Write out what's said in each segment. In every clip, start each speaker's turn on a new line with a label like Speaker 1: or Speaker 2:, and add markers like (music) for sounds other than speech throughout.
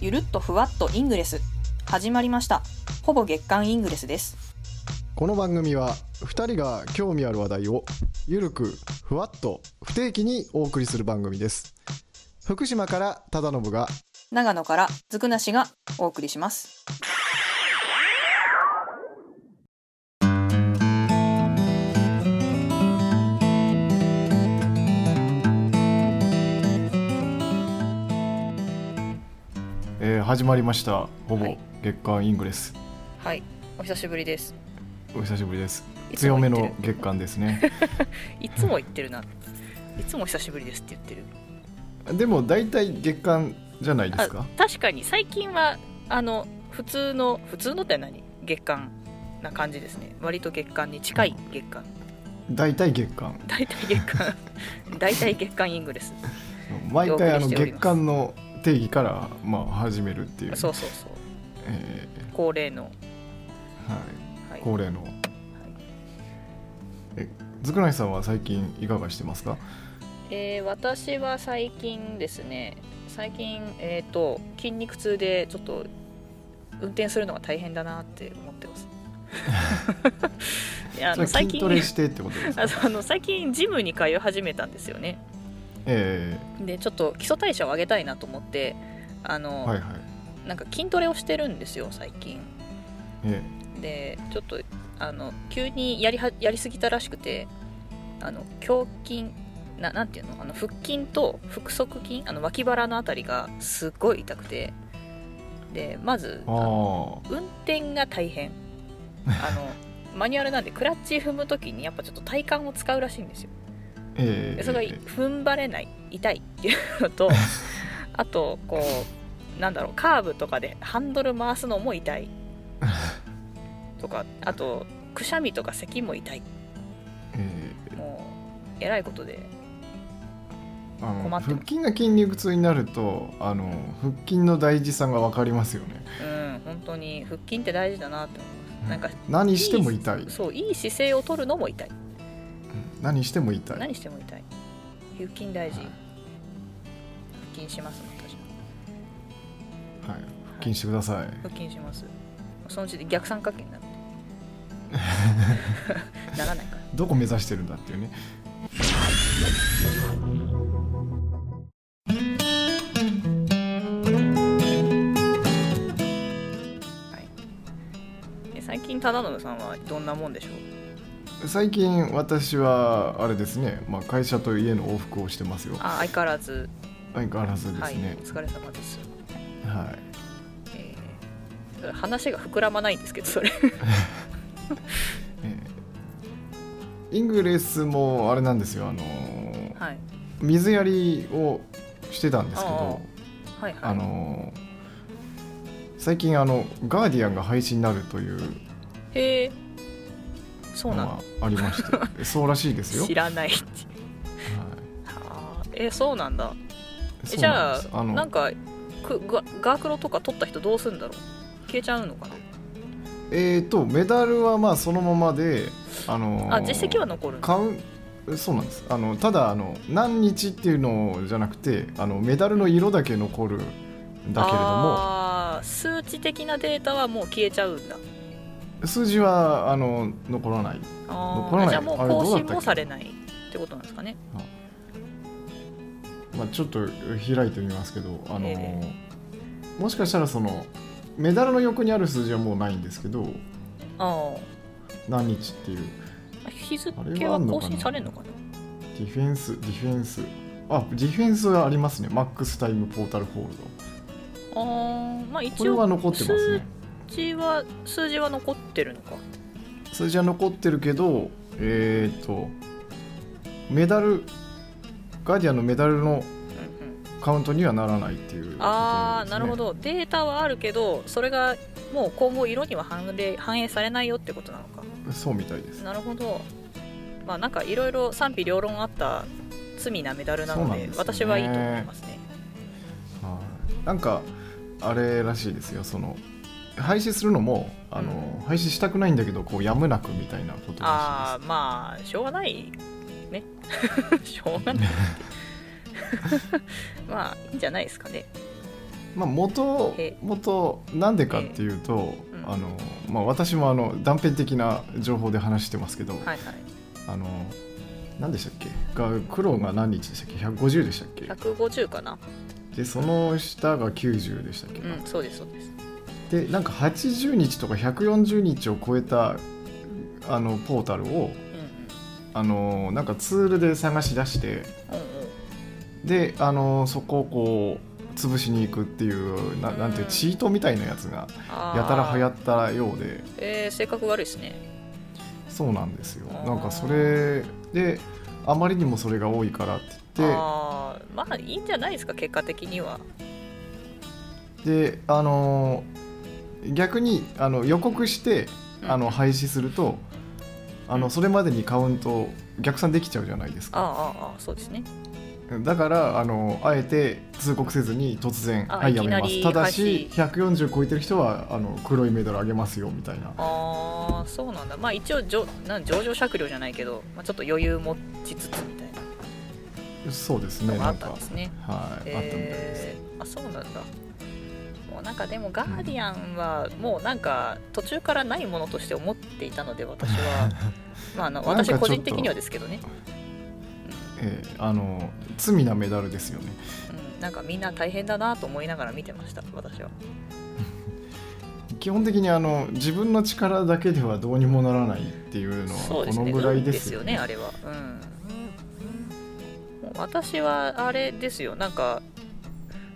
Speaker 1: ゆるっとふわっとイングレス始まりましたほぼ月刊イングレスです
Speaker 2: この番組は2人が興味ある話題をゆるくふわっと不定期にお送りする番組です福島から忠信が
Speaker 1: 長野からずくなしがお送りします
Speaker 2: えー始まりましたほぼ
Speaker 1: はい
Speaker 2: 月刊イングレス、
Speaker 1: はいお久しぶりです
Speaker 2: お久しぶりです
Speaker 1: いつ
Speaker 2: 強
Speaker 1: も
Speaker 2: め
Speaker 1: 言ってる
Speaker 2: の月刊です (laughs) ね
Speaker 1: いつも言ってるないつも久しぶりですって言ってる
Speaker 2: でも大体月刊じゃないですか
Speaker 1: 確かに最近はあの普通の普通のって何月刊な感じですね割と月刊に近い月刊
Speaker 2: 大体月刊
Speaker 1: 大体月
Speaker 2: (laughs)
Speaker 1: 刊大体月刊イングレス
Speaker 2: 毎
Speaker 1: お送り
Speaker 2: 回あ
Speaker 1: し
Speaker 2: の
Speaker 1: ており
Speaker 2: 月
Speaker 1: ます
Speaker 2: 刊の定義からまあ始めるっていう
Speaker 1: そうそうそう
Speaker 2: え
Speaker 1: 恒例の、
Speaker 2: ーは、
Speaker 1: はいい
Speaker 2: 恒例のずくなしさんは最近いかがしてますか
Speaker 1: えー私は最近ですね最近、えー、と筋肉痛でちょっと運転するのが大変だなって思って
Speaker 2: (laughs)
Speaker 1: ますいやあ
Speaker 2: それ
Speaker 1: の最
Speaker 2: 筋
Speaker 1: 近
Speaker 2: トレしてってこと (laughs) ですか
Speaker 1: あそうあの最近 (laughs) ジムに通い始めたんですよね
Speaker 2: え
Speaker 1: でちょっと基礎代謝を上げたいなと思ってあ
Speaker 2: え
Speaker 1: の、
Speaker 2: はいはい
Speaker 1: なんか筋トレをしてるんですよ最近
Speaker 2: え
Speaker 1: でちょっとあの急にやりはやりすぎたらしくてあの胸筋ななんていうのあの腹筋と腹側筋あの脇腹のあたりがすっごい痛くてでまず
Speaker 2: えあ
Speaker 1: あの
Speaker 2: あ
Speaker 1: 運転が大変あのマニュアルなんでクラッチ踏む時にやっぱちょっと体幹を使うらしいんですよ
Speaker 2: ええ
Speaker 1: それが踏ん張れない痛いっていうの
Speaker 2: (laughs)
Speaker 1: とあとこうなんだろうカーブとかでハンドル回すのも痛いとかあとくしゃみとか咳も痛い
Speaker 2: ええ
Speaker 1: もうえらいことで
Speaker 2: あの
Speaker 1: 困ってま
Speaker 2: 腹
Speaker 1: す
Speaker 2: 筋が筋肉痛になるとあの腹筋の大事さが分かりますよね
Speaker 1: うん本当に腹筋って大事だなって思いますなんか
Speaker 2: 何しても痛い
Speaker 1: そういい姿勢を取るのも痛い
Speaker 2: 何しても痛い
Speaker 1: 何しても痛い腹筋大事
Speaker 2: はい
Speaker 1: 腹筋しますね私も
Speaker 2: はい、腹筋してください
Speaker 1: 腹筋しますそのうちで逆三角形にな
Speaker 2: (laughs)
Speaker 1: る (laughs) ならないから
Speaker 2: どこ目指してるんだっていうね
Speaker 1: え最近忠信さんはどんなもんでしょう
Speaker 2: 最近私はあれですね、まあ、会社と家の往復をしてますよ
Speaker 1: あ相変わらず、
Speaker 2: 相変わらずで
Speaker 1: は
Speaker 2: す
Speaker 1: い
Speaker 2: ね
Speaker 1: お疲れ様です、
Speaker 2: はい、
Speaker 1: えーそれ話が膨らまないんですけどそれ
Speaker 2: ええイングレスもあれなんですよあの
Speaker 1: はい
Speaker 2: 水やりをしてたんですけど
Speaker 1: はいはい
Speaker 2: あの最近あの「ガーディアン」が配信になるという
Speaker 1: へえそう
Speaker 2: の
Speaker 1: なの
Speaker 2: がありまし
Speaker 1: (laughs)
Speaker 2: てそうらしいですよ。
Speaker 1: 知らない
Speaker 2: はい
Speaker 1: あーえそうなんだえ
Speaker 2: そう
Speaker 1: じゃ
Speaker 2: な
Speaker 1: あ
Speaker 2: んですあ
Speaker 1: なん
Speaker 2: の
Speaker 1: かくガガークロとか取った人どうすんだろう消えちゃうのかな
Speaker 2: えー、とメダルはまあそのままで、あの
Speaker 1: あ実績は残るんだ
Speaker 2: カウンそうなんですあのただあの何日っていうのじゃなくてあのメダルの色だけ残るんだけれども
Speaker 1: あー数値的なデータはもう消えちゃうんだ
Speaker 2: 数字はあの残らない
Speaker 1: あ
Speaker 2: 残ら
Speaker 1: ー
Speaker 2: ない
Speaker 1: じゃあもう
Speaker 2: あれどうだ
Speaker 1: 更
Speaker 2: ったっ
Speaker 1: 新
Speaker 2: け
Speaker 1: もされないってことなんですかね
Speaker 2: まあ、ちょっと開いてみますけど、あの
Speaker 1: え
Speaker 2: もしかしたらそのメダルの横にある数字はもうないんですけど
Speaker 1: ああ
Speaker 2: 何日っていう
Speaker 1: 日付は更新されるのかな
Speaker 2: ディフェンスディフェンスあディフェンスはありますねマックスタイムポータルホール
Speaker 1: あ
Speaker 2: ド
Speaker 1: ーまあ
Speaker 2: こ
Speaker 1: 一
Speaker 2: れは
Speaker 1: 応
Speaker 2: 残ってますね
Speaker 1: 数字は数字は残ってるのか
Speaker 2: 数字は残ってるけどえっ、とメダルガーディアンのメダルの
Speaker 1: うんうん
Speaker 2: カウントにはならないっていうことです、ね、
Speaker 1: ああなるほどデータはあるけどそれがもう今後色には反映反映されないよってことなのか
Speaker 2: そうみたいです
Speaker 1: なるほどまあなんかいろいろ賛否両論あった罪なメダルなの
Speaker 2: そうなん
Speaker 1: で
Speaker 2: ですね
Speaker 1: 私はいいと思いますね
Speaker 2: はいなんかあれらしいですよその廃止するのもあの、廃止したくないんだけどこうやむなくみたいなこと
Speaker 1: あ
Speaker 2: ら
Speaker 1: あまあしょうがないね (laughs) しょうがないって (laughs) まあいいんじゃないですかね
Speaker 2: しいです、まあ、元
Speaker 1: へ
Speaker 2: 元なんでかっていうと、
Speaker 1: うん
Speaker 2: あのまあ、私もあの断片的な情報で話してますけど、
Speaker 1: はいはい
Speaker 2: あの何でしたっけが黒が何日でしたっけ150でしたっけ
Speaker 1: 150かな
Speaker 2: でその下が90でしたっけ、
Speaker 1: うんそうですそうです
Speaker 2: でなんか80日とか140日を超えたあのポータルを
Speaker 1: うん
Speaker 2: あのなんかツールで探し出して
Speaker 1: うんうんうん
Speaker 2: であのそこをこう潰しに行くっていうななんていうチートみたいなやつが
Speaker 1: あー
Speaker 2: やたら流行ったようで
Speaker 1: えー、性格悪いですね
Speaker 2: そうなんですよ
Speaker 1: あー
Speaker 2: なんかそれであまりにもそれが多いからって言って
Speaker 1: あーまあいいんじゃないですか結果的には
Speaker 2: であのー逆にあの予告して
Speaker 1: うん
Speaker 2: あの廃止するとあのそれまでにカウント逆算できちゃうじゃないです
Speaker 1: あ
Speaker 2: か
Speaker 1: あああそうですね
Speaker 2: だからあのあえて通告せずに突然「
Speaker 1: あ
Speaker 2: はい
Speaker 1: い
Speaker 2: や
Speaker 1: き
Speaker 2: め
Speaker 1: な
Speaker 2: ま
Speaker 1: り
Speaker 2: す」ただ
Speaker 1: 廃
Speaker 2: し140超えてる人はあの黒いメダルあげますよみたいな
Speaker 1: ああそうなんだまあ一応上なん上場酌量じゃないけど、まあ、ちょっと余裕持ちつつみたいな
Speaker 2: そうです
Speaker 1: の
Speaker 2: ね
Speaker 1: があ
Speaker 2: な
Speaker 1: っ
Speaker 2: ん
Speaker 1: たん
Speaker 2: かはい
Speaker 1: ですね
Speaker 2: あったみたいです
Speaker 1: えーあそうなんだもうなんかでもガーディアンはもうなんか途中からないものとして思っていたので私
Speaker 2: (laughs)
Speaker 1: はまああの
Speaker 2: なんか
Speaker 1: 私
Speaker 2: ちょっと
Speaker 1: 個人的にはですけどね
Speaker 2: えーあの罪なメダルですよね
Speaker 1: うん、なんかみんな大変だなと思いながら見てました私は
Speaker 2: 基本的にあの自分の力だけではどうにもならないっていうのは
Speaker 1: そう
Speaker 2: こ
Speaker 1: です
Speaker 2: の
Speaker 1: ね
Speaker 2: ぐらい
Speaker 1: 運
Speaker 2: で
Speaker 1: ですす
Speaker 2: よ
Speaker 1: よ
Speaker 2: ね
Speaker 1: ねあれはうんもう私はあれですよなんか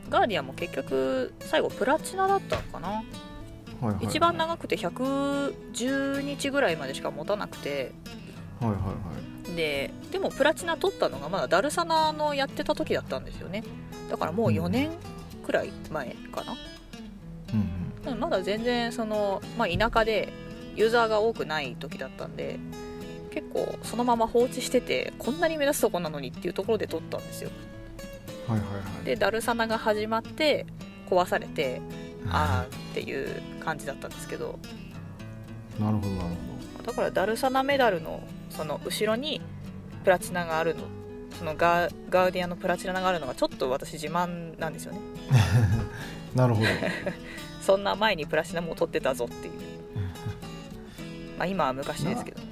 Speaker 1: ガーディアンも結局最後プラチナだったのかな、
Speaker 2: はいはい
Speaker 1: 一番長くて110日ぐらいまでしか持たなくて
Speaker 2: はいはいはい
Speaker 1: ででもプラチナ取ったのがまだダルサナのやってた時だったんですよねだからもう4年くらい前かな、
Speaker 2: うん
Speaker 1: うんまだ全然その、まあ、田舎でユーザーが多くない時だったんで結構そのまま放置しててこんなに目立つとこなのにっていうところで取ったんですよ
Speaker 2: うんはいはいはい
Speaker 1: でダルサナが始まって壊されてああっていう感じだったんですけど
Speaker 2: なるほどなる
Speaker 1: だからダルサナメダルのその後ろにプラチナがあるのそのガーガウディアのプラチナがあるのがちょっと私自慢なんですよね
Speaker 2: ほどなるほど
Speaker 1: そんな前にプラチナも取ってたぞっていうまあ今は昔ですけどね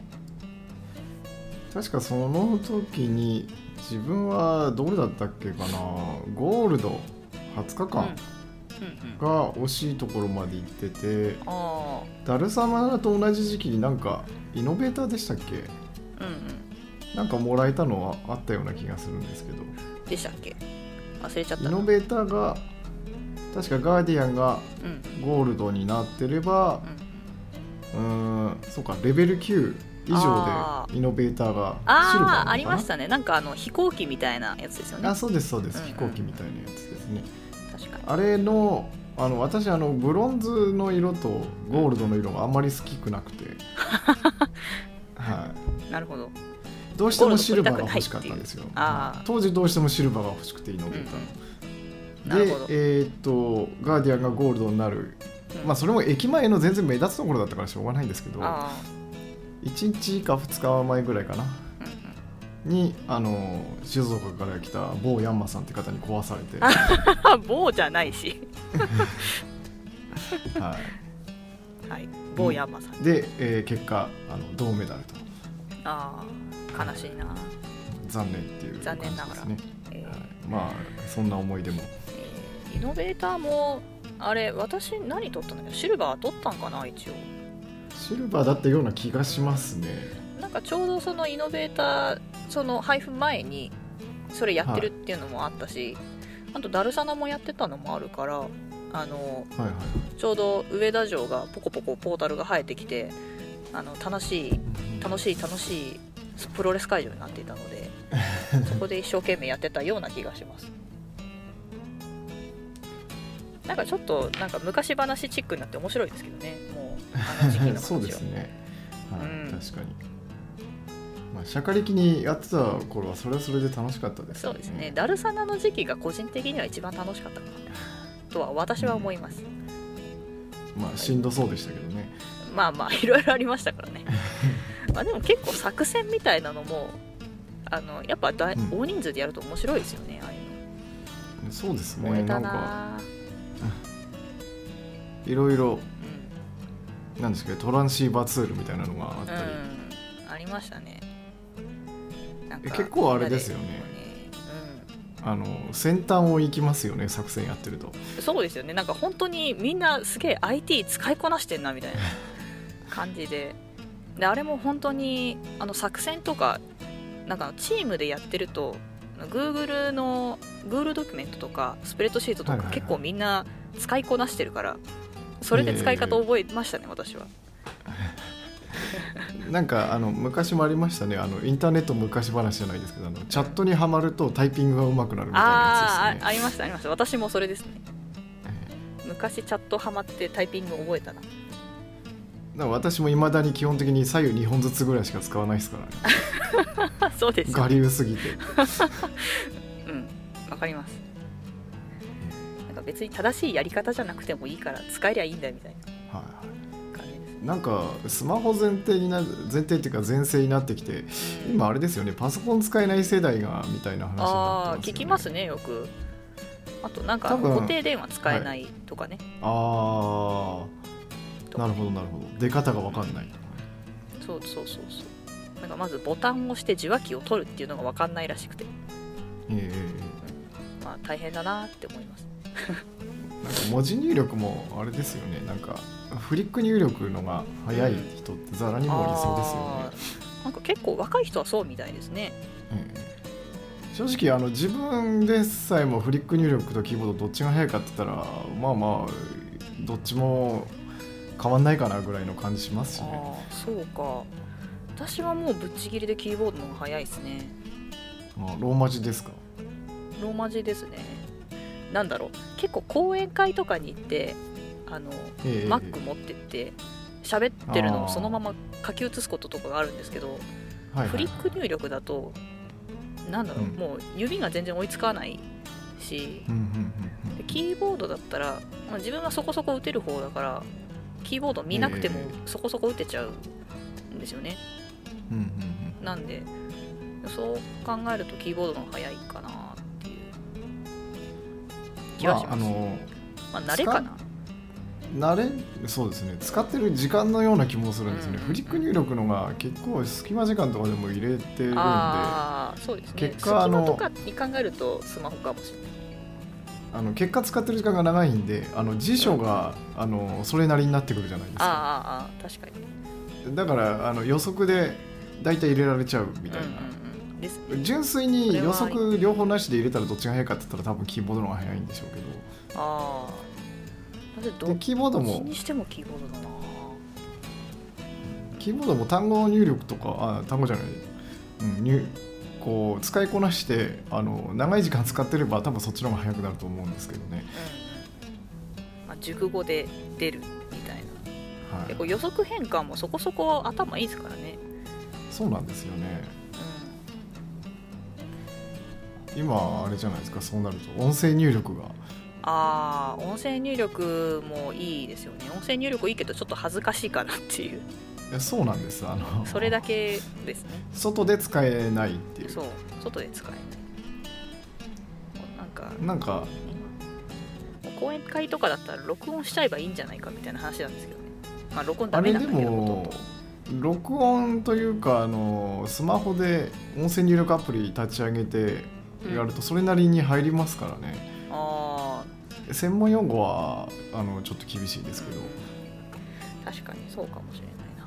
Speaker 2: 確かその時に自分はどれだったっけかなゴールド20日間
Speaker 1: うんうんうん
Speaker 2: が惜しいところまで行ってて
Speaker 1: あ
Speaker 2: ダルサマと同じ時期になんかイノベーターでしたっけ
Speaker 1: あうん
Speaker 2: なんかもらえたのはあったような気がするんですけど
Speaker 1: うんでしたっけ忘れちゃっ
Speaker 2: イ
Speaker 1: たな
Speaker 2: ノベーターが確かガーディアンが
Speaker 1: うんうん
Speaker 2: ゴールドになってればうーんそうかレベル9以上
Speaker 1: あ
Speaker 2: でイノベーターがシル
Speaker 1: あ
Speaker 2: バーなのか
Speaker 1: あ
Speaker 2: な
Speaker 1: ありましたねなんかあの飛行機みたいなやつですよね
Speaker 2: あそうですそうです、
Speaker 1: うんうん
Speaker 2: 飛行機みたいなやつですね
Speaker 1: 確かに
Speaker 2: あれのあの私あのブロンズの色とゴールドの色があんまり好きくなくて、
Speaker 1: (laughs)
Speaker 2: はい、
Speaker 1: なるほど
Speaker 2: どうしてもシルバーが欲しかったんですよ
Speaker 1: あー
Speaker 2: 当時どうしてもシルバーが欲しくてイノベーターの、
Speaker 1: なるほど、
Speaker 2: でえーっとガーディアンがゴールドになる、
Speaker 1: うん
Speaker 2: まあ、それも駅前の全然目立つところだったからしょうがないんですけど1
Speaker 1: あ
Speaker 2: 日か2日前ぐらいかな
Speaker 1: あうんうん
Speaker 2: にあの静岡から来た某ヤンマさんって方に壊されて、
Speaker 1: あ
Speaker 2: は
Speaker 1: あ (laughs) 棒じゃないしはい棒山さん、
Speaker 2: い、で、えー結果あの銅メダルと
Speaker 1: ああ悲しいな、
Speaker 2: 残念っていう感じですね、
Speaker 1: えー
Speaker 2: はい、まあそんな思い出も
Speaker 1: えーイノベーターもあれ私何取ったんだっけシルバー取ったんかな一応
Speaker 2: シルバーだったような気がしますね
Speaker 1: なんかちょうどそのイノベーターその配布前にそれやってるっていうのもあったし、あとダルサナもやってたのもあるからあの
Speaker 2: はいはい
Speaker 1: ちょうど上田城がポコポコポータルが生えてきてあの楽しい楽しい楽しいプロレス会場になっていたの
Speaker 2: (laughs)
Speaker 1: でそこで一生懸命やってたような気がしますなんかちょっとなんか昔話チックになって面白いですけどねもうあの時期の話は
Speaker 2: (laughs) そうですね、はい
Speaker 1: うん
Speaker 2: 確かにまあ、釈迦力にやってた頃はそれはそれで楽しかったです
Speaker 1: そ
Speaker 2: よ
Speaker 1: うですねダルサナの時期が個人的には一番楽しかったかなとは私は思います、
Speaker 2: まあしんどそうでしたけどね
Speaker 1: まあまあ (laughs) いろいろありましたからねまあでも結構作戦みたいなのもあのやっぱ大
Speaker 2: うん
Speaker 1: 大人数でやると面白いですよねああいうの
Speaker 2: そうです
Speaker 1: これ
Speaker 2: ねな
Speaker 1: だ
Speaker 2: んか
Speaker 1: な
Speaker 2: ういろいろ
Speaker 1: う
Speaker 2: なんですけどトランシーバーツールみたいなのがあっ
Speaker 1: ん、
Speaker 2: たり、
Speaker 1: うん、ありましたねなんか
Speaker 2: え結構あれですよね
Speaker 1: みんなで
Speaker 2: あの先端を行きますよね作戦やってると
Speaker 1: うん、そうですよねなんか本当にみんなすげえ IT 使いこなしてんなみたい
Speaker 2: (laughs)
Speaker 1: な感じでであれも本当にあの作戦とかなんかチームでやってるとあの Google の Google ドキュメントとかスプレッドシートと
Speaker 2: はいはい
Speaker 1: か
Speaker 2: はい
Speaker 1: 結構みんな使いこなしてるから、それで使い方覚えましたね、私は
Speaker 2: なんかあの昔もありましたねあのインターネット昔話じゃないですけどあのチャットにはまるとタイピングが上手くなるみたいな
Speaker 1: あー
Speaker 2: やつです
Speaker 1: ああ
Speaker 2: ね
Speaker 1: りましたありました私もそれですね
Speaker 2: え
Speaker 1: 昔チャットハマってタイピング覚えたな (laughs)
Speaker 2: えだから私もいまだに基本的に左右2本ずつぐらいしか使わないですからね
Speaker 1: そうですよ
Speaker 2: 我流すぎて
Speaker 1: うんわかりますなんか別に正しいやり方じゃなくてもいいから使えりゃいいんだよみたい
Speaker 2: はいはい
Speaker 1: な感じで
Speaker 2: なんかスマホ前提にな前提っていうか前世になってきて
Speaker 1: す
Speaker 2: 今あれですよねパソコン使えない世代がみたいな話にな
Speaker 1: あ
Speaker 2: っ
Speaker 1: あ
Speaker 2: て
Speaker 1: 聞き
Speaker 2: ま
Speaker 1: ますす
Speaker 2: よね
Speaker 1: ねよくあとなんか
Speaker 2: 多分
Speaker 1: 固定電話使えないとかね、
Speaker 2: ああなるほどなるほど出方が分かんない
Speaker 1: そうそうそうそうなんかまずボタンを押して受話器を取るっていうのが分かんないらしくて
Speaker 2: えええ
Speaker 1: まあ大変だなって思います
Speaker 2: えなんか文字入力もあれですよねなんかフリック入力のが早い人ってざらにもいそうですよ
Speaker 1: あーなんか結構若い人はそうみたいですね
Speaker 2: ね、ええ正直あの自分でさえもフリック入力とキーボードどっちが早いかって言ったらまあまあどっちも変わんないかなぐらいの感じしますしね
Speaker 1: ああそうか私はもうぶっちぎりでキーボードの方が早いですね
Speaker 2: まあ、ローマ字ですか
Speaker 1: ローマ字ですねなんだろう結構講演会とかに行ってあの、
Speaker 2: ええ
Speaker 1: Mac 持ってって喋ってるの
Speaker 2: あ
Speaker 1: を
Speaker 2: ー
Speaker 1: そのまま書き写すこととかがあるんですけど
Speaker 2: はいはいはい
Speaker 1: フリック入力だとなんだろう、
Speaker 2: うん
Speaker 1: もう指が全然追いつかないし
Speaker 2: うんうんうんう
Speaker 1: で
Speaker 2: ん
Speaker 1: キーボードだったら、まあ、自分はそこそこ打てる方だからキーボード見なくても
Speaker 2: ええ
Speaker 1: そこそこ打てちゃうんですよね、
Speaker 2: うんうん
Speaker 1: なんでそう考えるとキーボードの方が早いかなっていう
Speaker 2: うん
Speaker 1: 気はします、
Speaker 2: ま
Speaker 1: ま
Speaker 2: ああの
Speaker 1: あ慣れかな
Speaker 2: 慣れそうですね使ってる時間のような気もするんですね、
Speaker 1: うん
Speaker 2: フリック入力のが結構隙間時間とかでも入れてるんで
Speaker 1: あ
Speaker 2: あ
Speaker 1: あそうですね
Speaker 2: 結果あ
Speaker 1: 隙間
Speaker 2: の
Speaker 1: とかに考えるとスマホかもしれない
Speaker 2: の結果使ってる時間が長いんであの辞書が、あのそれなりになってくるじゃないです
Speaker 1: あ
Speaker 2: か
Speaker 1: あああ確かに
Speaker 2: だからあの予測で大体入れられちゃうみたいな、
Speaker 1: うんうんうん、です
Speaker 2: 純粋に予測両方なしで入れたらどっちが早いかって言ったら多分キーボードの方が早いんでしょうけど
Speaker 1: ああだってど
Speaker 2: で
Speaker 1: っち
Speaker 2: キーボードも
Speaker 1: にしてもキーボードだな
Speaker 2: キーボードも単語入力とかあ単語じゃない、うん、入こう使いこなしてあの長い時間使ってれば多分そっちの方が早くなると思うんですけどね、
Speaker 1: まあ、熟語で出るみたいな
Speaker 2: は
Speaker 1: 結構
Speaker 2: い、
Speaker 1: 予測変換もそこそこ頭いいですからね
Speaker 2: そうなんですよね
Speaker 1: う
Speaker 2: 今あれじゃないですかそうなると音声入力が
Speaker 1: んああ音声入力もいいですよね音声入力いいけどちょっと恥ずかしいかなっていう
Speaker 2: いやそうなんですあの
Speaker 1: それだけですね
Speaker 2: 外で使えないっていう
Speaker 1: そう外で使えないもうなんか
Speaker 2: なんか
Speaker 1: 今もう講演会とかだったら録音しちゃえばいいんじゃないかみたいな話なんですけどねまあ録音ダ
Speaker 2: あ
Speaker 1: メ
Speaker 2: れ
Speaker 1: な
Speaker 2: で
Speaker 1: んだけどほとんど
Speaker 2: も録音というかあのスマホで音声入力アプリ立ち上げてやるとそれなりに入りますからね、
Speaker 1: ああ
Speaker 2: 専門用語はあのちょっと厳しいですけど、
Speaker 1: 確かにそうかもしれないな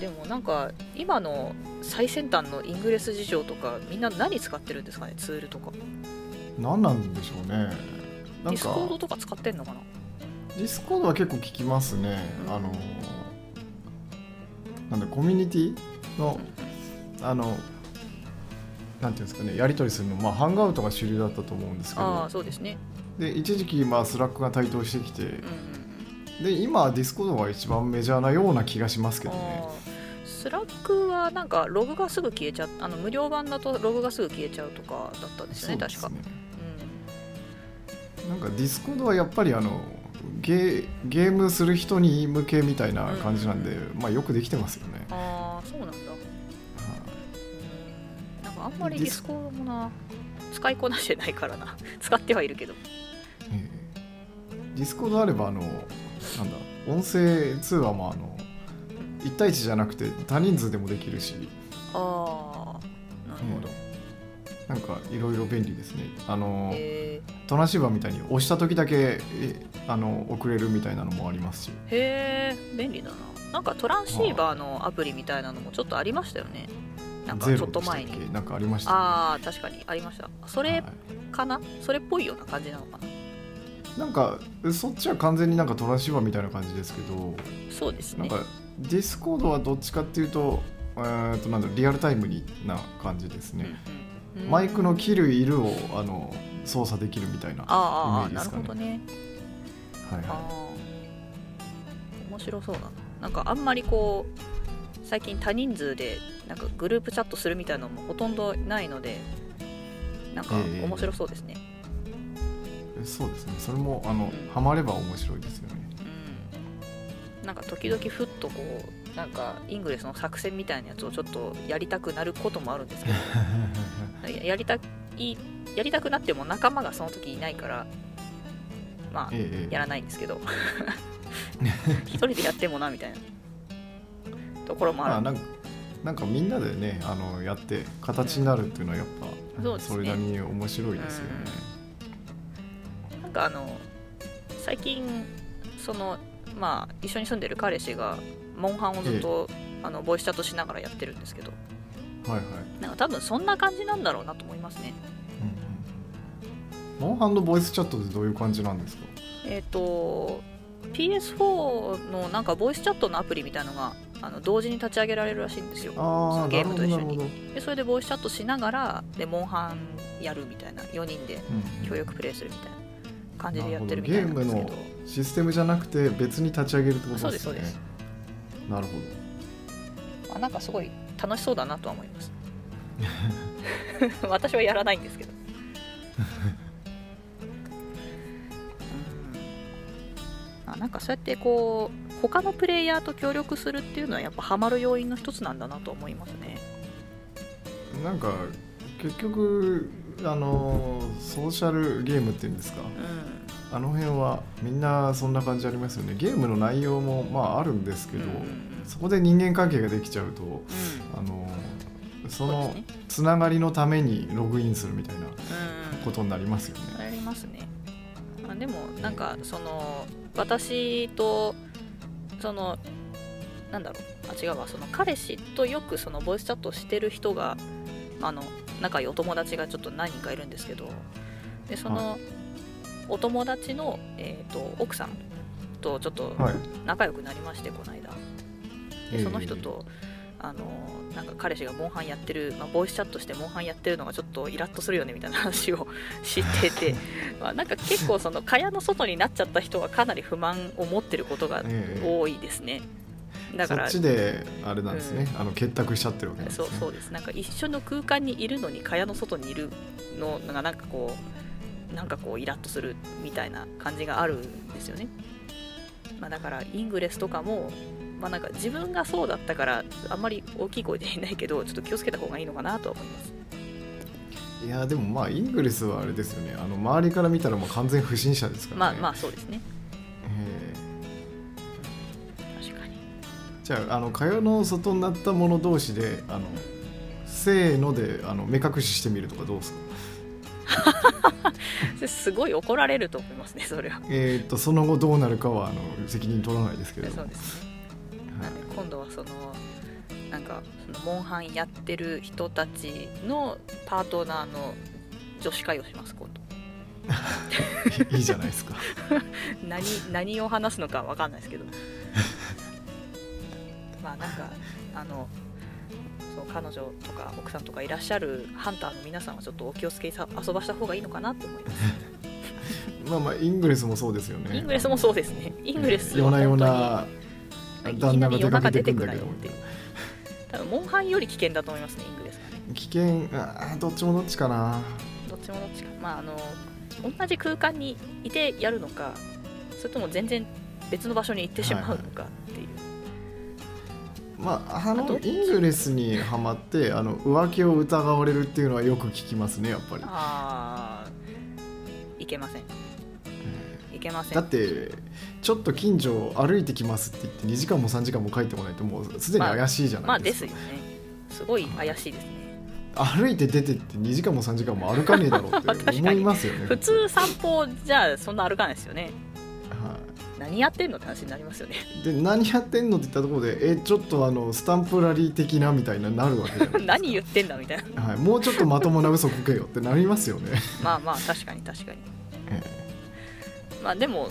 Speaker 1: でもなんか今の最先端のイングレス事情とかみんな何使ってるんですかねツールとか
Speaker 2: 何なんでしょうねな
Speaker 1: デ
Speaker 2: ん
Speaker 1: ィスコード
Speaker 2: か
Speaker 1: とか使ってんのかな
Speaker 2: ディスコードは結構聞きますね
Speaker 1: うん
Speaker 2: あのなんだコミュニティのあのなんていうんですかねやり取りするのまあハンガウトが主流だったと思うんですけ
Speaker 1: あ
Speaker 2: ど
Speaker 1: あそうですね
Speaker 2: で一時期まあスラックが台頭してきて
Speaker 1: うんうん
Speaker 2: で今はディスコードが一番メジャーなような気がしますけ
Speaker 1: うん
Speaker 2: どね
Speaker 1: あースラックはなんかログがすぐ消えちゃあの無料版だとログがすぐ消えちゃうとかだったんですよね
Speaker 2: そうで
Speaker 1: 確
Speaker 2: す
Speaker 1: か、
Speaker 2: なんかディスコードはやっぱりあのゲーゲームする人に向けみたいな感じなんで、まあよくできてますよね。
Speaker 1: うん、ああそうなんだ
Speaker 2: は
Speaker 1: うんなんかあんまりディスコードもな使いこなしてないからな (laughs) 使ってはいるけど
Speaker 2: えーディスコードあればあのなんだ音声通話もあの1対1じゃなくて多人数でもできるし、
Speaker 1: ああなるほど、
Speaker 2: なんかいろいろ便利ですねあの、
Speaker 1: へ
Speaker 2: トランシーバーみたいに押した時だけえあの送れるみたいなのもありますし
Speaker 1: えへえ便利だななんかトランシーバーのアプリみたいなのもちょっとありましたよねなんか
Speaker 2: ゼ
Speaker 1: ちょ
Speaker 2: ロ
Speaker 1: っと
Speaker 2: でしたっ
Speaker 1: 前に
Speaker 2: けなんかありました
Speaker 1: ああ確かにありましたそ
Speaker 2: は
Speaker 1: れ
Speaker 2: い
Speaker 1: かな、それっぽいような感じなのかな
Speaker 2: なんかそっちは完全になんかトランシーバーみたいな感じですけど
Speaker 1: そうです
Speaker 2: なん
Speaker 1: ね
Speaker 2: かディスコードはどっちかっていうと,、えー、となんだろうリアルタイムにな感じですね、
Speaker 1: うんうん
Speaker 2: マイクの切るいるをあの操作できるみたいなは
Speaker 1: あーあーあー
Speaker 2: イメージで
Speaker 1: な
Speaker 2: す
Speaker 1: る
Speaker 2: か
Speaker 1: ほ
Speaker 2: ね
Speaker 1: どね
Speaker 2: いはい
Speaker 1: あー面白そうだななんかあんまりこう最近多人数でなんかグループチャットするみたいなのもほとんどないのでなんか
Speaker 2: ええ
Speaker 1: 面白そうですね、
Speaker 2: えそうですねそれもあ
Speaker 1: う
Speaker 2: の
Speaker 1: ん
Speaker 2: ハマれば面白いですよね
Speaker 1: (laughs) うん、なんか時々ふっとこうなんかイングレスの作戦みたいなやつをちょっとやりたくなることもあるんですけどややりたいやりたくなっても仲間がその時いないからまあ
Speaker 2: ええ
Speaker 1: やらないんですけ
Speaker 2: (laughs)
Speaker 1: ど一人でやってもなみたいなところもあ
Speaker 2: まあ
Speaker 1: る、
Speaker 2: なんかなんかみんなでねあのやって形になるっていうのはやっぱ、
Speaker 1: そうですね
Speaker 2: それなりに面白いですよね、
Speaker 1: なんかあの最近そのまあ一緒に住んでる彼氏がモンハンをずっと、あのボイスチャットしながらやってるんですけど
Speaker 2: はいはい、
Speaker 1: なんか多分そんな感じなんだろうなと思いますね
Speaker 2: うんうん、モンハンのボイスチャットってどういう感じなんですか
Speaker 1: えっ、と PS4 のなんかボイスチャットのアプリみたいのがあの同時に立ち上げられるらしいんですよ
Speaker 2: あ
Speaker 1: の
Speaker 2: あ
Speaker 1: ゲ
Speaker 2: な
Speaker 1: ームと
Speaker 2: るほど
Speaker 1: 一緒
Speaker 2: な
Speaker 1: に
Speaker 2: るほど、うん
Speaker 1: でそれでボイスチャットしながらでモンハンやるみたいな4人で協力プレイするみたいな感じでやってるみたいなんですけ
Speaker 2: なる
Speaker 1: ど
Speaker 2: ほうん、システムじゃなくて別に立ち上げるってことです
Speaker 1: そう
Speaker 2: よね
Speaker 1: ですそう
Speaker 2: なるほ
Speaker 1: あなんかすごい楽しそうだなとは思い (laughs) ます私はやらないんですけどうんあなんかそうやってこう他のプレイヤーと協力するっていうのはやっぱハマる要因の一つなんだなと思いますね
Speaker 2: どなんか結局あのソーシャルゲームっていうんですか
Speaker 1: う
Speaker 2: あの辺はみんなそんな感じありますよねゲームの内容もまああるんですけ
Speaker 1: ん
Speaker 2: ど、
Speaker 1: うんうんうん
Speaker 2: そこで人間関係ができちゃうとあのそのつながりのためにログインするみたい
Speaker 1: う
Speaker 2: な
Speaker 1: ん
Speaker 2: ことになりますよね。
Speaker 1: ありますね。あでもなんかその私とそのなんだろうあ違うわその彼氏とよくそのボイスチャットをしてる人があの仲いいお友達がちょっと何人かいるんですけどでその、お友達の、えー、と奥さんとちょっと
Speaker 2: はい、
Speaker 1: 仲良くなりまして、この間でその人と、あのなんか彼氏がモンハンやってる、まあ、ボイスチャットしてモンハンやってるのがちょっとイラッとするよねみたいな話を (laughs) 知って
Speaker 2: (laughs)
Speaker 1: てまあなんか結構その蚊帳の外になっちゃった人はかなり不満を持ってることが
Speaker 2: ええ
Speaker 1: 多いですね、だから
Speaker 2: そっちであれなんですね、あの結託しちゃってるわけなんです
Speaker 1: そ
Speaker 2: ね
Speaker 1: うそうですなんか一緒の空間にいるのに蚊帳の外にいるのがなんかこうなんかこうイラッとするみたいな感じがあるんですよね、まあ、だからイングレスとかも、まあ、なんか自分がそうだったからあんまり大きい声で言えないけどちょっと気をつけた方がいいのかなとは思います
Speaker 2: いやでもまあイングレスはあれですよねあの周りから見たらもう完全不審者ですか
Speaker 1: ま
Speaker 2: ら
Speaker 1: あ
Speaker 2: ね。
Speaker 1: まあそうですね
Speaker 2: え
Speaker 1: 確かに
Speaker 2: ーじゃああの蚊帳の外になった者同士であのせーのであの目隠ししてみるとかどうですか
Speaker 1: それすごい怒られると思いますねそれは
Speaker 2: えー、とその後どうなるかはあの責任取らないですけれども
Speaker 1: そうですねなんで今度はそのなんかそのモンハンやってる人たちのパートナーの女子会をします今度 (laughs)
Speaker 2: はい、いいじゃないですか。
Speaker 1: 何何を話すのかわかんないですけどまあなんかあのそう彼女とか奥さんとかいらっしゃるハンターの皆さんはちょっとお気をつけさ遊ばした方がいいのかなと思います
Speaker 2: まあまあイングレスもそうですよね。
Speaker 1: イングレスもそうですねイングレス
Speaker 2: 夜
Speaker 1: は
Speaker 2: な
Speaker 1: 本
Speaker 2: 夜
Speaker 1: 当に
Speaker 2: な旦那が出かけてくんだ
Speaker 1: いきな
Speaker 2: けど
Speaker 1: り夜中出てくなよっていう多分モンハンより危険だと思いますねイングレスはね
Speaker 2: 危険あーどっちもどっちかな
Speaker 1: どっちもどっちかまああの同じ空間にいてやるのかそれとも全然別の場所に行ってしまうのかっていう、
Speaker 2: まあ、あ
Speaker 1: あ
Speaker 2: の
Speaker 1: と
Speaker 2: イングレスにはまってあの浮気を疑われるっていうのはよく聞きますねやっぱり
Speaker 1: あーいけませんいけません
Speaker 2: だってちょっと近所を歩いてきますって言って2時間も3時間も帰ってこないともうすでに怪しいじゃ
Speaker 1: ま
Speaker 2: な
Speaker 1: あ
Speaker 2: いで
Speaker 1: ですす
Speaker 2: か
Speaker 1: よねすごい怪しいですね
Speaker 2: 歩いて出てって2時間も3時間も歩かねえだろう
Speaker 1: (laughs) 確
Speaker 2: っ
Speaker 1: かに
Speaker 2: て思いますよね
Speaker 1: 普通散歩じゃそんな歩かないですよね
Speaker 2: は
Speaker 1: 何やってんのって話になりますよね (laughs)
Speaker 2: い、で何やってんのって言ったところでえちょっとあのスタンプラリー的なみたいななるわけじゃない
Speaker 1: 何言ってんだみたいな (laughs)
Speaker 2: はい、もうちょっとまともな嘘こけよってなりますよね、
Speaker 1: まあまあ確かに確かに
Speaker 2: え
Speaker 1: まあでも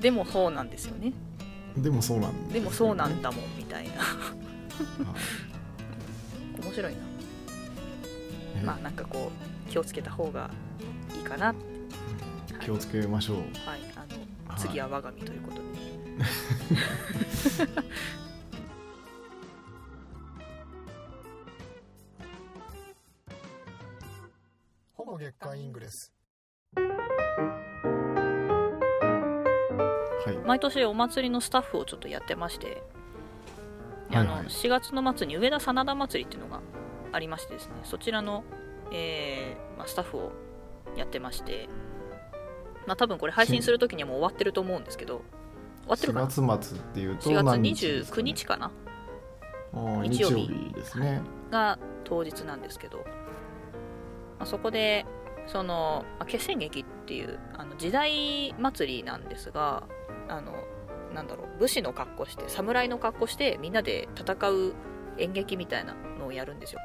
Speaker 1: でもそうなんですよね
Speaker 2: えでもそうなんすよね
Speaker 1: でもそうなんだもんみたいな面白いな
Speaker 2: ええ
Speaker 1: まあなんかこう気をつけた方がいいかなって
Speaker 2: 気をつけましょう
Speaker 1: はいあの
Speaker 2: はい
Speaker 1: 次は我が身ということで、
Speaker 2: ほぼ月間イングレスはい
Speaker 1: 毎年お祭りのスタッフをちょっとやってまして、
Speaker 2: はい
Speaker 1: あ
Speaker 2: はい
Speaker 1: の4月の末に上田真田祭りっていうのがありましてですねそちらの、えーまあ、スタッフをやってましてまあ多分これ配信する時にはもう終わってると思うんですけど終わってるかな
Speaker 2: 4月末っていうと
Speaker 1: 4月
Speaker 2: 何日ですか
Speaker 1: 29
Speaker 2: ね
Speaker 1: 日かな
Speaker 2: あー
Speaker 1: 日
Speaker 2: 日
Speaker 1: 曜
Speaker 2: 曜
Speaker 1: 日
Speaker 2: 日ですね
Speaker 1: が当日なんですけど、まあ、そこでそのまあ決戦劇っていうあの時代祭りなんですがあのなんだろう武士の格好して侍の格好してみんなで戦う演劇みたいなのをやるんですよ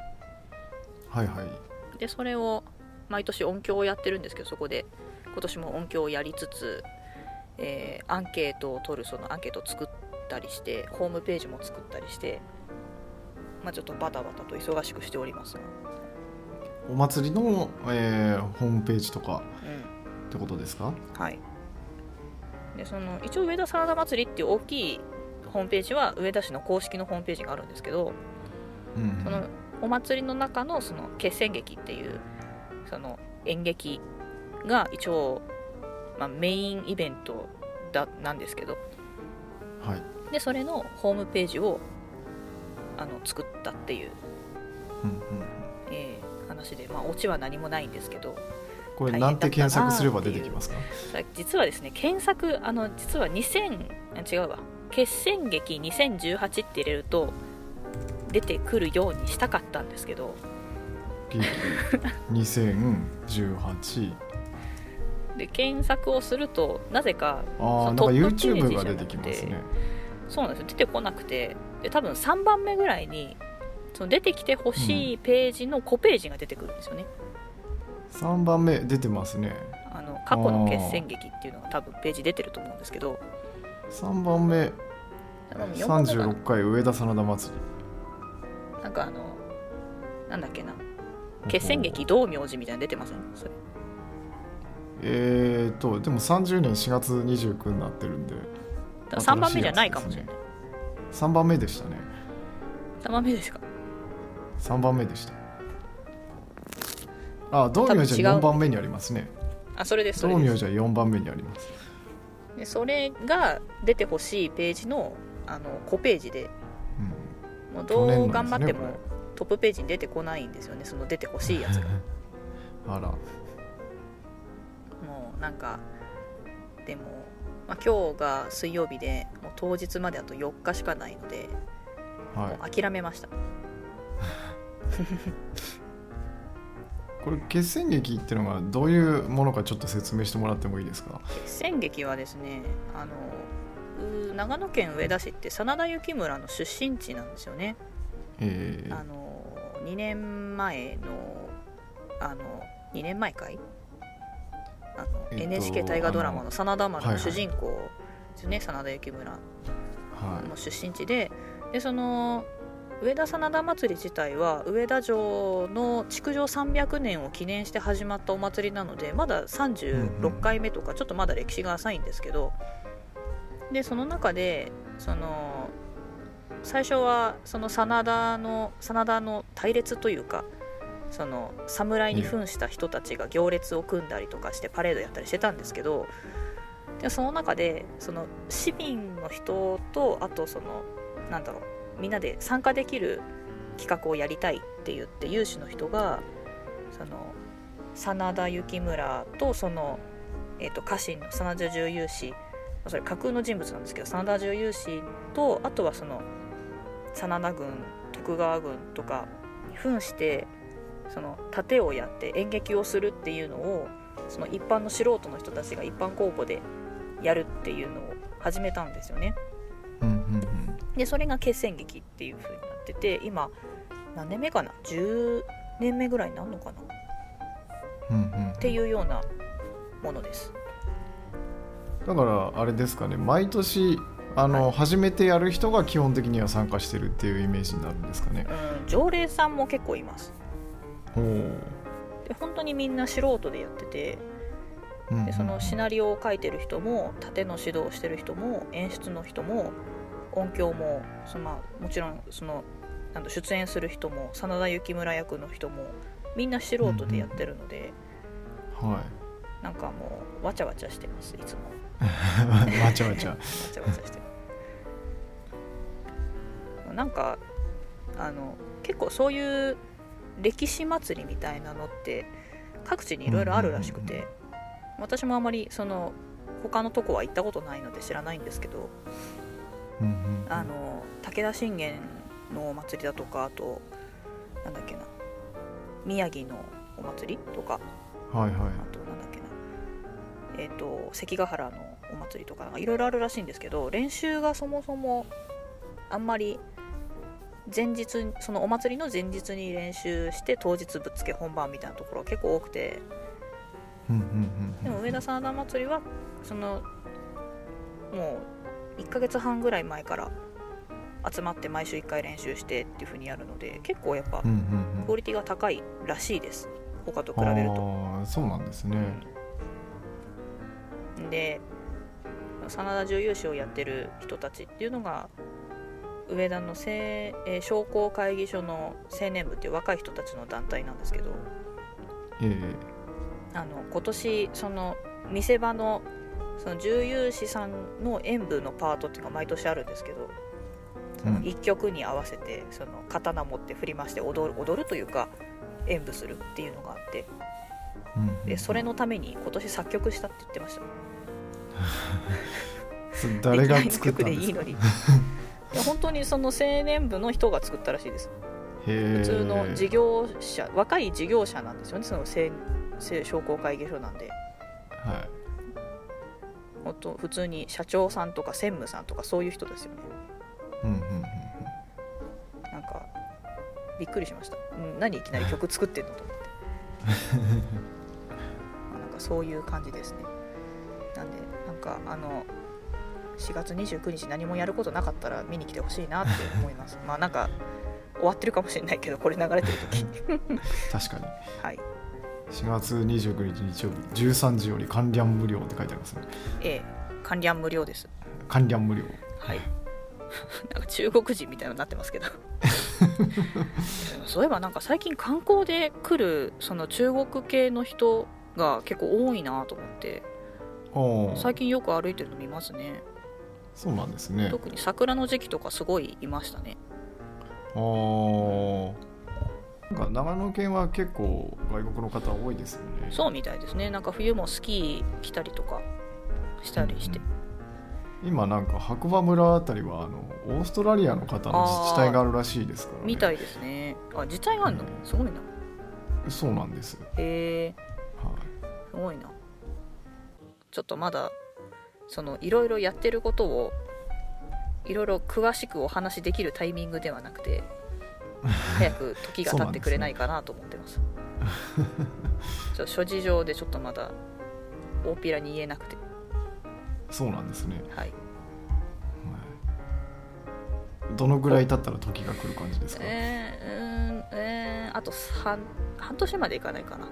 Speaker 2: はいはい
Speaker 1: でそれを毎年音響をやってるんですけどそこで今年も音響をやりつつ、えーアンケートを取るそのアンケートを作ったりしてホームページも作ったりして、まあ、ちょっとバタバタと忙しくしておりますが、
Speaker 2: お祭りの、えーホームページとか
Speaker 1: うん、
Speaker 2: ってことですか
Speaker 1: はい、でその一応上田サラダ祭りっていう大きいホームページは上田市の公式のホームページがあるんですけど
Speaker 2: うんうん
Speaker 1: そのお祭りの中のその決戦劇っていうその演劇が一応、まあ、メインイベントだなんですけど
Speaker 2: はい
Speaker 1: でそれのホームページをあの作ったっていう、
Speaker 2: うんうん
Speaker 1: えー話で、まあ、オチは何もないんですけど
Speaker 2: これ
Speaker 1: 大変
Speaker 2: なん
Speaker 1: だ
Speaker 2: て
Speaker 1: ったなー
Speaker 2: 検索すれば出てき
Speaker 1: (laughs)
Speaker 2: ますか
Speaker 1: 実はですね検索あの実は2000あ違うわ決戦劇2018って入れると出てくるようにしたかったんですけど
Speaker 2: 劇2018
Speaker 1: で検索をするとなぜか
Speaker 2: あ
Speaker 1: そ
Speaker 2: あなん
Speaker 1: う
Speaker 2: か
Speaker 1: トップページ
Speaker 2: YouTube
Speaker 1: じゃな
Speaker 2: が
Speaker 1: くて
Speaker 2: 出てきますね
Speaker 1: そうなんですよ出てこなくてで多分3番目ぐらいにその出てきてほしいページの5ページが出てくるんですよね、
Speaker 2: 3番目出てますね
Speaker 1: あの過去の決戦劇っていうのが多分ページ出てると思うんですけど
Speaker 2: 3番目
Speaker 1: 多分4番目かな
Speaker 2: 36回上田真田祭
Speaker 1: なんかあのなんだっけな
Speaker 2: り
Speaker 1: 決戦劇道明寺みたいなの出てませんそれ
Speaker 2: えー、とでも30年4月29になってるんで
Speaker 1: だから3番目じゃないかもしれない、
Speaker 2: 3番目でしたね
Speaker 1: 3番目ですか
Speaker 2: 3番目でしたあ道明寺は4番目にありますね
Speaker 1: あそれですそれ
Speaker 2: 道
Speaker 1: で
Speaker 2: 明
Speaker 1: す
Speaker 2: 寺は4番目にあります
Speaker 1: でそれが出てほしいページのあの5ページで
Speaker 2: うん
Speaker 1: もうどう
Speaker 2: 去年
Speaker 1: 頑張
Speaker 2: なん
Speaker 1: っ
Speaker 2: ですね
Speaker 1: てもトップページに出てこないんですよねその出てほしいやつが
Speaker 2: あら
Speaker 1: もうなんかでも、まあ、今日が水曜日でもう当日まであと4日しかないので
Speaker 2: は
Speaker 1: もう諦めました
Speaker 2: いこれ決戦劇ってのがどういうものかちょっと説明してもらってもいいですか
Speaker 1: 決戦劇はですねあのうー長野県上田市って真田幸村の出身地なんですよね
Speaker 2: えー
Speaker 1: あの2年前のあの2年前かいあの、
Speaker 2: えっと
Speaker 1: NHK 大河ドラマ
Speaker 2: あ
Speaker 1: の「真田丸」
Speaker 2: はい
Speaker 1: の
Speaker 2: はい
Speaker 1: 主人公ですよね、真田幸村
Speaker 2: は
Speaker 1: の出身地ででその上田真田祭り自体は上田城の築城300年を記念して始まったお祭りなのでまだ
Speaker 2: うんうん
Speaker 1: 36回目とかちょっとまだ歴史が浅いんですけどでその中でその最初はその真田の真田の隊列というかその侍に扮した人たちが行列を組んだりとかしてパレードやったりしてたんですけどでその中でその市民の人とあとそのなんだろうみんなで参加できる企画をやりたいって言って有志の人がその真田幸村とその、えー、と家臣の真田重有志それ架空の人物なんですけど真田重有志とあとはその真田軍徳川軍とかに扮してその盾をやって演劇をするっていうのをその一般の素人の人たちが一般公募でやるっていうのを始めたんですよね。
Speaker 2: うんうんうん
Speaker 1: でそれが決戦劇っていう風になってて今何年目かな10年目ぐらいになるのかなっ
Speaker 2: うんうん
Speaker 1: ていうようなものです。
Speaker 2: だからあれですかね毎年あの、初めてやる人が基本的には参加してるっていうイメージになるんですかね。
Speaker 1: うん、常連さんも結構います。
Speaker 2: ほう
Speaker 1: で本当にみんな素人でやってて
Speaker 2: うん
Speaker 1: でそのシナリオを書いてる人も盾の指導をしてる人も演出の人も音響もその、まあ、もちろんそのなんだ出演する人も真田幸村役の人もみんな素人でやってるので、
Speaker 2: は
Speaker 1: なんかもうわちゃわちゃしてますいつも
Speaker 2: い (laughs) わちゃわちゃ。
Speaker 1: わちゃわちゃしてるなんかあの結構そういう歴史祭りみたいなのって各地にいろいろあるらしくて、
Speaker 2: うんうん
Speaker 1: 私もあまりその他のとこは行ったことないので知らないんですけど
Speaker 2: うんうん
Speaker 1: あの武田信玄のお祭りだとかあとなんだっけな宮城のお祭りとか
Speaker 2: はいは
Speaker 1: あ
Speaker 2: い
Speaker 1: となんだっけなえっ、と関ヶ原のお祭りとかいろいろあるらしいんですけど練習がそもそもあんまり前日そのお祭りの前日に練習して当日ぶっつけ本番みたいなところが結構多くて
Speaker 2: うんうん
Speaker 1: でも上田真田祭りはそのもう1ヶ月半ぐらい前から集まって毎週1回練習してっていう風にやるので結構やっぱ
Speaker 2: うんうんうん
Speaker 1: クオリティが高いらしいです他と比
Speaker 2: うん
Speaker 1: べると。
Speaker 2: ああそうなんですね。
Speaker 1: で真田重有志をやってる人たちっていうのが上田のせ、えー商工会議所の青年部っていう若い人たちの団体なんですけど
Speaker 2: え
Speaker 1: あの今年その見せ場のその重有志さんの演舞のパートっていうのが毎年あるんですけど
Speaker 2: えうん
Speaker 1: 一曲に合わせてその刀持って振り回して踊る踊るというか演舞するっていうのがあって
Speaker 2: うん
Speaker 1: でそれのために今年作曲したって言ってました
Speaker 2: 誰が作ったん
Speaker 1: で
Speaker 2: で
Speaker 1: き
Speaker 2: す
Speaker 1: な
Speaker 2: か
Speaker 1: い曲でいいのにいや本当にその青年部の人が作ったらしいです
Speaker 2: 普
Speaker 1: 普通の事業者若い事業者なんですよねその青青商工会議所なんで
Speaker 2: はい
Speaker 1: 本当普通に社長さんとか専務さんとかそういう人ですよね
Speaker 2: うんうんうん
Speaker 1: なんかびっくりしました、うん、何いきなり曲作ってんのと思ってまあなんかそういう感じですねなんでなんかあの4月29日何もやることなかったら見に来てほしいなって思いますまあなんか終わってるかもしれないけどこれ流れてる時
Speaker 2: 確かに
Speaker 1: はい
Speaker 2: 4月29日日曜日13時より観覧無料って書いてありますね
Speaker 1: A 観覧無料です
Speaker 2: 観覧無料
Speaker 1: はい (laughs) なんか中国人みたいになってますけど (laughs) そういえばなんか最近観光で来るその中国系の人が結構多いなと思って
Speaker 2: お
Speaker 1: 最近よく歩いてるの見ますね
Speaker 2: そうなんですね
Speaker 1: 特に桜の時期とかすごいいましたね
Speaker 2: あーなんか長野県は結構外国の方多いですよね
Speaker 1: そうみたいですねなんか冬もスキー来たりとかしたりして、
Speaker 2: 今なんか白馬村あたりはあのオーストラリアの方の自治体があるらしいですから、ね、
Speaker 1: みたいですねあ自治体があるの
Speaker 2: うん
Speaker 1: すごいな
Speaker 2: そうなんです、
Speaker 1: へえ
Speaker 2: は
Speaker 1: すごいなちょっとまだそのいろいろやってることをいろいろ詳しくお話しできるタイミングではなく
Speaker 2: (laughs)
Speaker 1: て早く時が経ってくれないかなと思ってますちょっと諸事情でちょっとまだ大っぴらに言えなくて
Speaker 2: い、そうなんですね、は
Speaker 1: はい
Speaker 2: い、どのぐらい経ったら時が来る感じですか、
Speaker 1: えーうーんえーあと半半年までいかないかな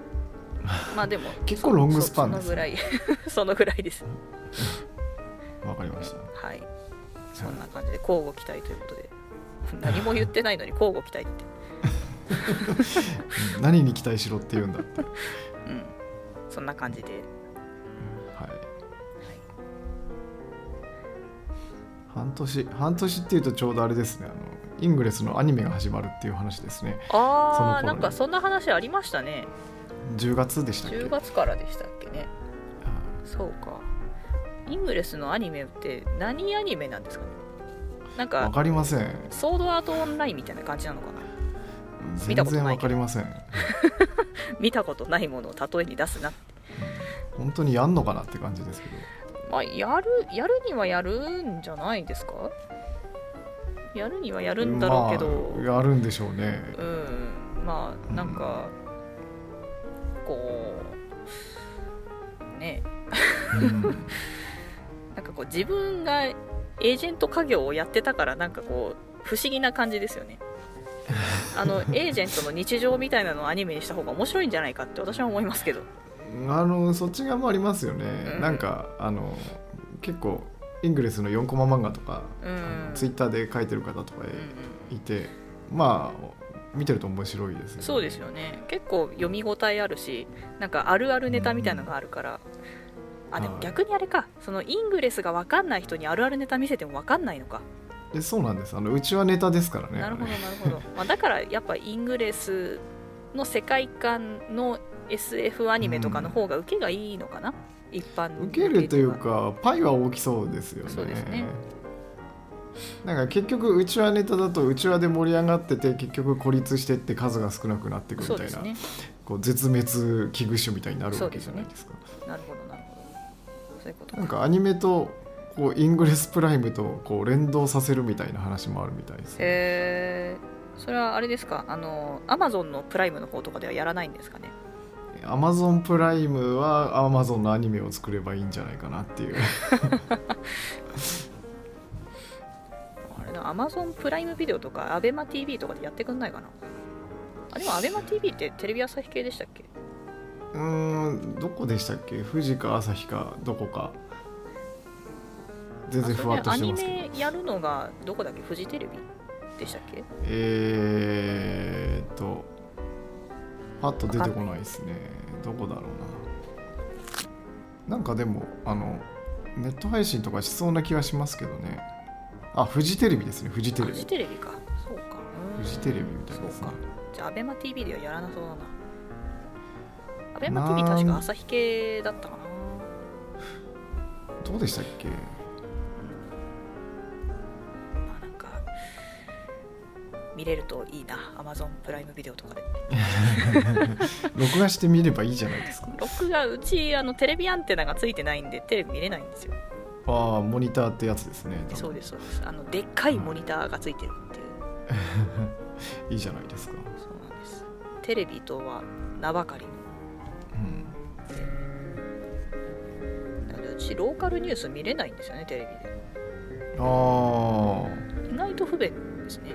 Speaker 1: まあでも
Speaker 2: (laughs) 結構ロングスパ
Speaker 1: そ
Speaker 2: ンで
Speaker 1: そ
Speaker 2: す
Speaker 1: のぐらい (laughs) そのぐらいです
Speaker 2: わかりました
Speaker 1: はいそんな感じで交互期待ということ (laughs) で何も言ってないのに交互期待って、
Speaker 2: うん何に期待しろって言うんだって、はい、
Speaker 1: うん、そんな感じで
Speaker 2: 半年半年っていうとちょうどあれですねあのイングレスのアニメが始まるっていう話ですねその
Speaker 1: あ
Speaker 2: 頃
Speaker 1: ー
Speaker 2: ね
Speaker 1: なんかそんな話ありましたね
Speaker 2: 10月でしたっけ
Speaker 1: 10月からでしたっけね
Speaker 2: はい
Speaker 1: そうかイングレスのアニメって何アニメなんですかねなん
Speaker 2: わ
Speaker 1: か
Speaker 2: かりません
Speaker 1: ソードアートオンラインみたいな感じなのかな見たこ
Speaker 2: 全
Speaker 1: と
Speaker 2: 然
Speaker 1: な
Speaker 2: わ
Speaker 1: い
Speaker 2: か
Speaker 1: けど
Speaker 2: りません
Speaker 1: 見たことないものを例えに出すな
Speaker 2: 本当にやんのかなって感じですけど
Speaker 1: まあやるやるにはやるんじゃないですかやるにはやるんだろうけど、
Speaker 2: まあ、やるんでしょ
Speaker 1: (laughs)
Speaker 2: うね
Speaker 1: うんまあなんか、こうね
Speaker 2: うん
Speaker 1: なんかこう自分がエージェント家業をやってたからなんかこう不思議な感じですよ
Speaker 2: (laughs)
Speaker 1: ねあのエージェントの日常みたいなのをアニメにした方が面白いんじゃないかって私は思いますけど
Speaker 2: あのそっち側もありますよね、
Speaker 1: うん
Speaker 2: なんかあの結構イングレスの4コマ漫画とか、
Speaker 1: うんうん
Speaker 2: ツイッターで書いてる方とか
Speaker 1: うん
Speaker 2: いて、まあ見てると面白いですよね
Speaker 1: そうですよね結構読み応えあるしなんかあるあるネタみたいなのがあるから、あでも
Speaker 2: はい
Speaker 1: 逆にあれかそのイングレスが分かんない人にあるあるネタ見せても分かんないのか
Speaker 2: でそうなんですあのうちはネタですからね
Speaker 1: なるほど
Speaker 2: あ
Speaker 1: な
Speaker 2: れ
Speaker 1: るほ
Speaker 2: (laughs)
Speaker 1: ど、まあ、だからやっぱイングレスの世界観の SF アニメとかの方が受けがいいのかな、一般向
Speaker 2: 受けるというかパイは大きそうですよね
Speaker 1: そうですね
Speaker 2: なんか結局うちわネタだとうちわで盛り上がってて結局孤立してって数が少なくなっていくみ
Speaker 1: そう
Speaker 2: た
Speaker 1: で
Speaker 2: い
Speaker 1: す
Speaker 2: な、
Speaker 1: ね
Speaker 2: こう絶滅危惧種みたいになるわけじゃないですか
Speaker 1: なるほどなるほどそういうこと
Speaker 2: なんかアニメとこうイングレスプライムとこう連動させるみたいな話もあるみたいですね、
Speaker 1: へえそれはあれですかあのアマゾンのプライムの方とかではやらないんですかね
Speaker 2: Amazon プライムは Amazon のアニメを作ればいいんじゃないかなっていう
Speaker 1: あれなアマゾンプライムビデオとかアベマ t v とかでやってくんないかなあでもアベマ t v ってテレビ朝日系でしたっけ
Speaker 2: うーんどこでしたっけ富士か朝日かどこか全然ふわっと
Speaker 1: あ
Speaker 2: し
Speaker 1: そ
Speaker 2: て
Speaker 1: れ
Speaker 2: ますけど
Speaker 1: でアニメやるのがどこだっけフジテレビでしたっけ
Speaker 2: えーっとパッと出てこないですねどこだろうななんかでもあのネット配信とかしそうな気はしますけどねあフジテレビですねフジテレ
Speaker 1: あ
Speaker 2: ビ
Speaker 1: フジテレビかそうかうん
Speaker 2: フジテレビみたいです
Speaker 1: そうか
Speaker 2: ね
Speaker 1: じゃあアベマ t v ではやらなそうだなアベマ t v 確か朝日系だったかな
Speaker 2: どうでしたっけ
Speaker 1: まあなんか見れるといいなアマゾンプライムビデオとかで
Speaker 2: 録画してみればいいじゃない
Speaker 1: (laughs)
Speaker 2: ですか
Speaker 1: 録画うちあのテレビアンテナがついてないんでテレビ見れないんですよ
Speaker 2: ああモニターってやつですね多分
Speaker 1: そうですそうですあのでっかいモニターがついてるっていう
Speaker 2: いいじゃないですか、
Speaker 1: そうなんですテレビとは名ばかり
Speaker 2: うん、
Speaker 1: なのでうちローカルニュース見れないんですよねテレ
Speaker 2: あ
Speaker 1: ビで意外と不便ですね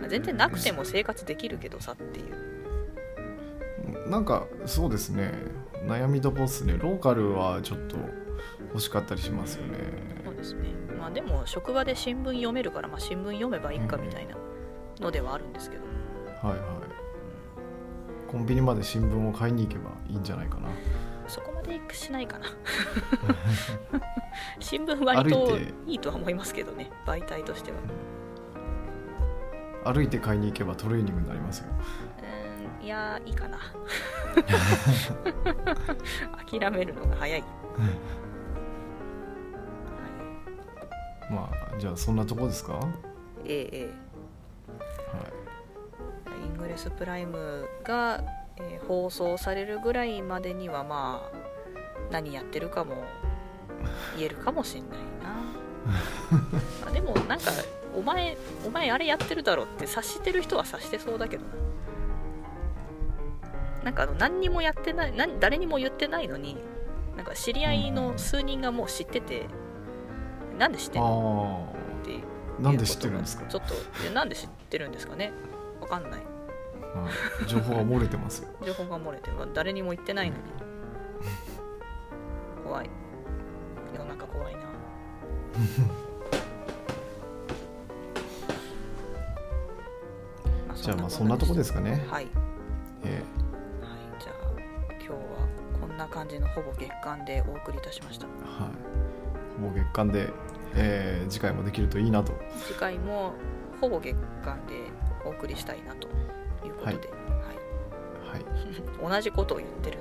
Speaker 1: まあ全然なくても生活できるけどさっていう
Speaker 2: あなんかそうですね悩みどころっすねローカルはちょっと欲しかったりしますよね
Speaker 1: そうですねまあでも職場で新聞読めるから、まあ、新聞読めばいいかみたいなのではあるんですけど
Speaker 2: はいはいコンビニまで新聞を買いに行けばいいんじゃないかな
Speaker 1: そこまでしないかな新聞割
Speaker 2: 歩
Speaker 1: と
Speaker 2: いて
Speaker 1: いいとは思いますけどね媒体としては
Speaker 2: 歩いて買いに行けばトレーニングになりますよ
Speaker 1: うーんいやーいいかな諦めるのが早い、はい
Speaker 2: まあじゃあそんなとこですかはい
Speaker 1: ええええイングレスプライムが、えー放送されるぐらいまでにはまあ何やってるかも言えるかもしんない
Speaker 2: (laughs)
Speaker 1: なあでもなんかお前お前あれやってるだろって察してる人は察してそうだけどななんかあの何にもやってないなん誰にも言ってないのになんか知り合いの数人がもう知っててなんで知ってんの
Speaker 2: あ
Speaker 1: っていう
Speaker 2: あなんで知ってるんですか
Speaker 1: ちょっとえなんで知ってるんですかねわかんない
Speaker 2: はい情報が漏れてますよ (laughs)
Speaker 1: 情報が漏れてまあ誰にも言ってないのに怖い世の中怖いなま
Speaker 2: (laughs) じゃあまあそんなとこですすかね、
Speaker 1: はい、はい、
Speaker 2: え
Speaker 1: じゃあ今日はこんな感じのほぼ月間でお送りいたしました
Speaker 2: えはいほぼ月間で、えー次回もできるといいなと
Speaker 1: 次回もほぼ月間でお送りしたいなということで、は
Speaker 2: はい、
Speaker 1: い同じことを言ってる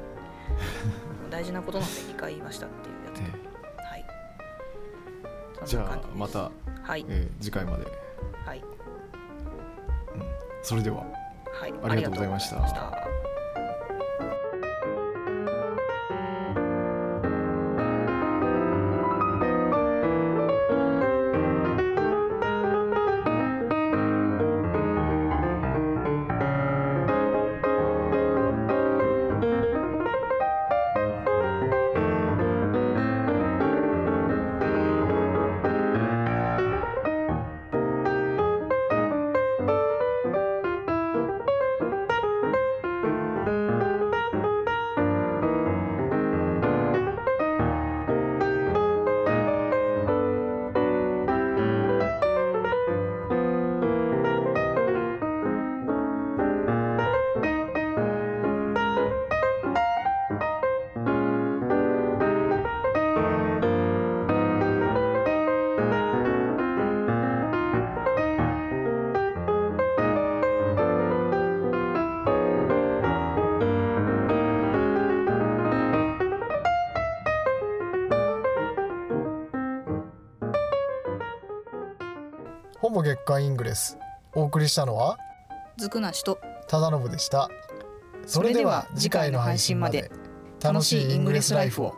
Speaker 1: 大事なことなんで2回言いましたっていうやつ、
Speaker 2: ね
Speaker 1: はい
Speaker 2: じ
Speaker 1: そんな
Speaker 2: ゃ
Speaker 1: 感
Speaker 2: あ
Speaker 1: です
Speaker 2: また、
Speaker 1: はい
Speaker 2: えー次回まで
Speaker 1: はい
Speaker 2: それでは
Speaker 1: はい
Speaker 2: ありがとうございました
Speaker 1: ありがとうございました
Speaker 2: ほぼ月間イングレスお送りしたのは
Speaker 1: ずくなしと
Speaker 2: 忠信でしたそれでは次回の配信まで楽しいイングレスライフを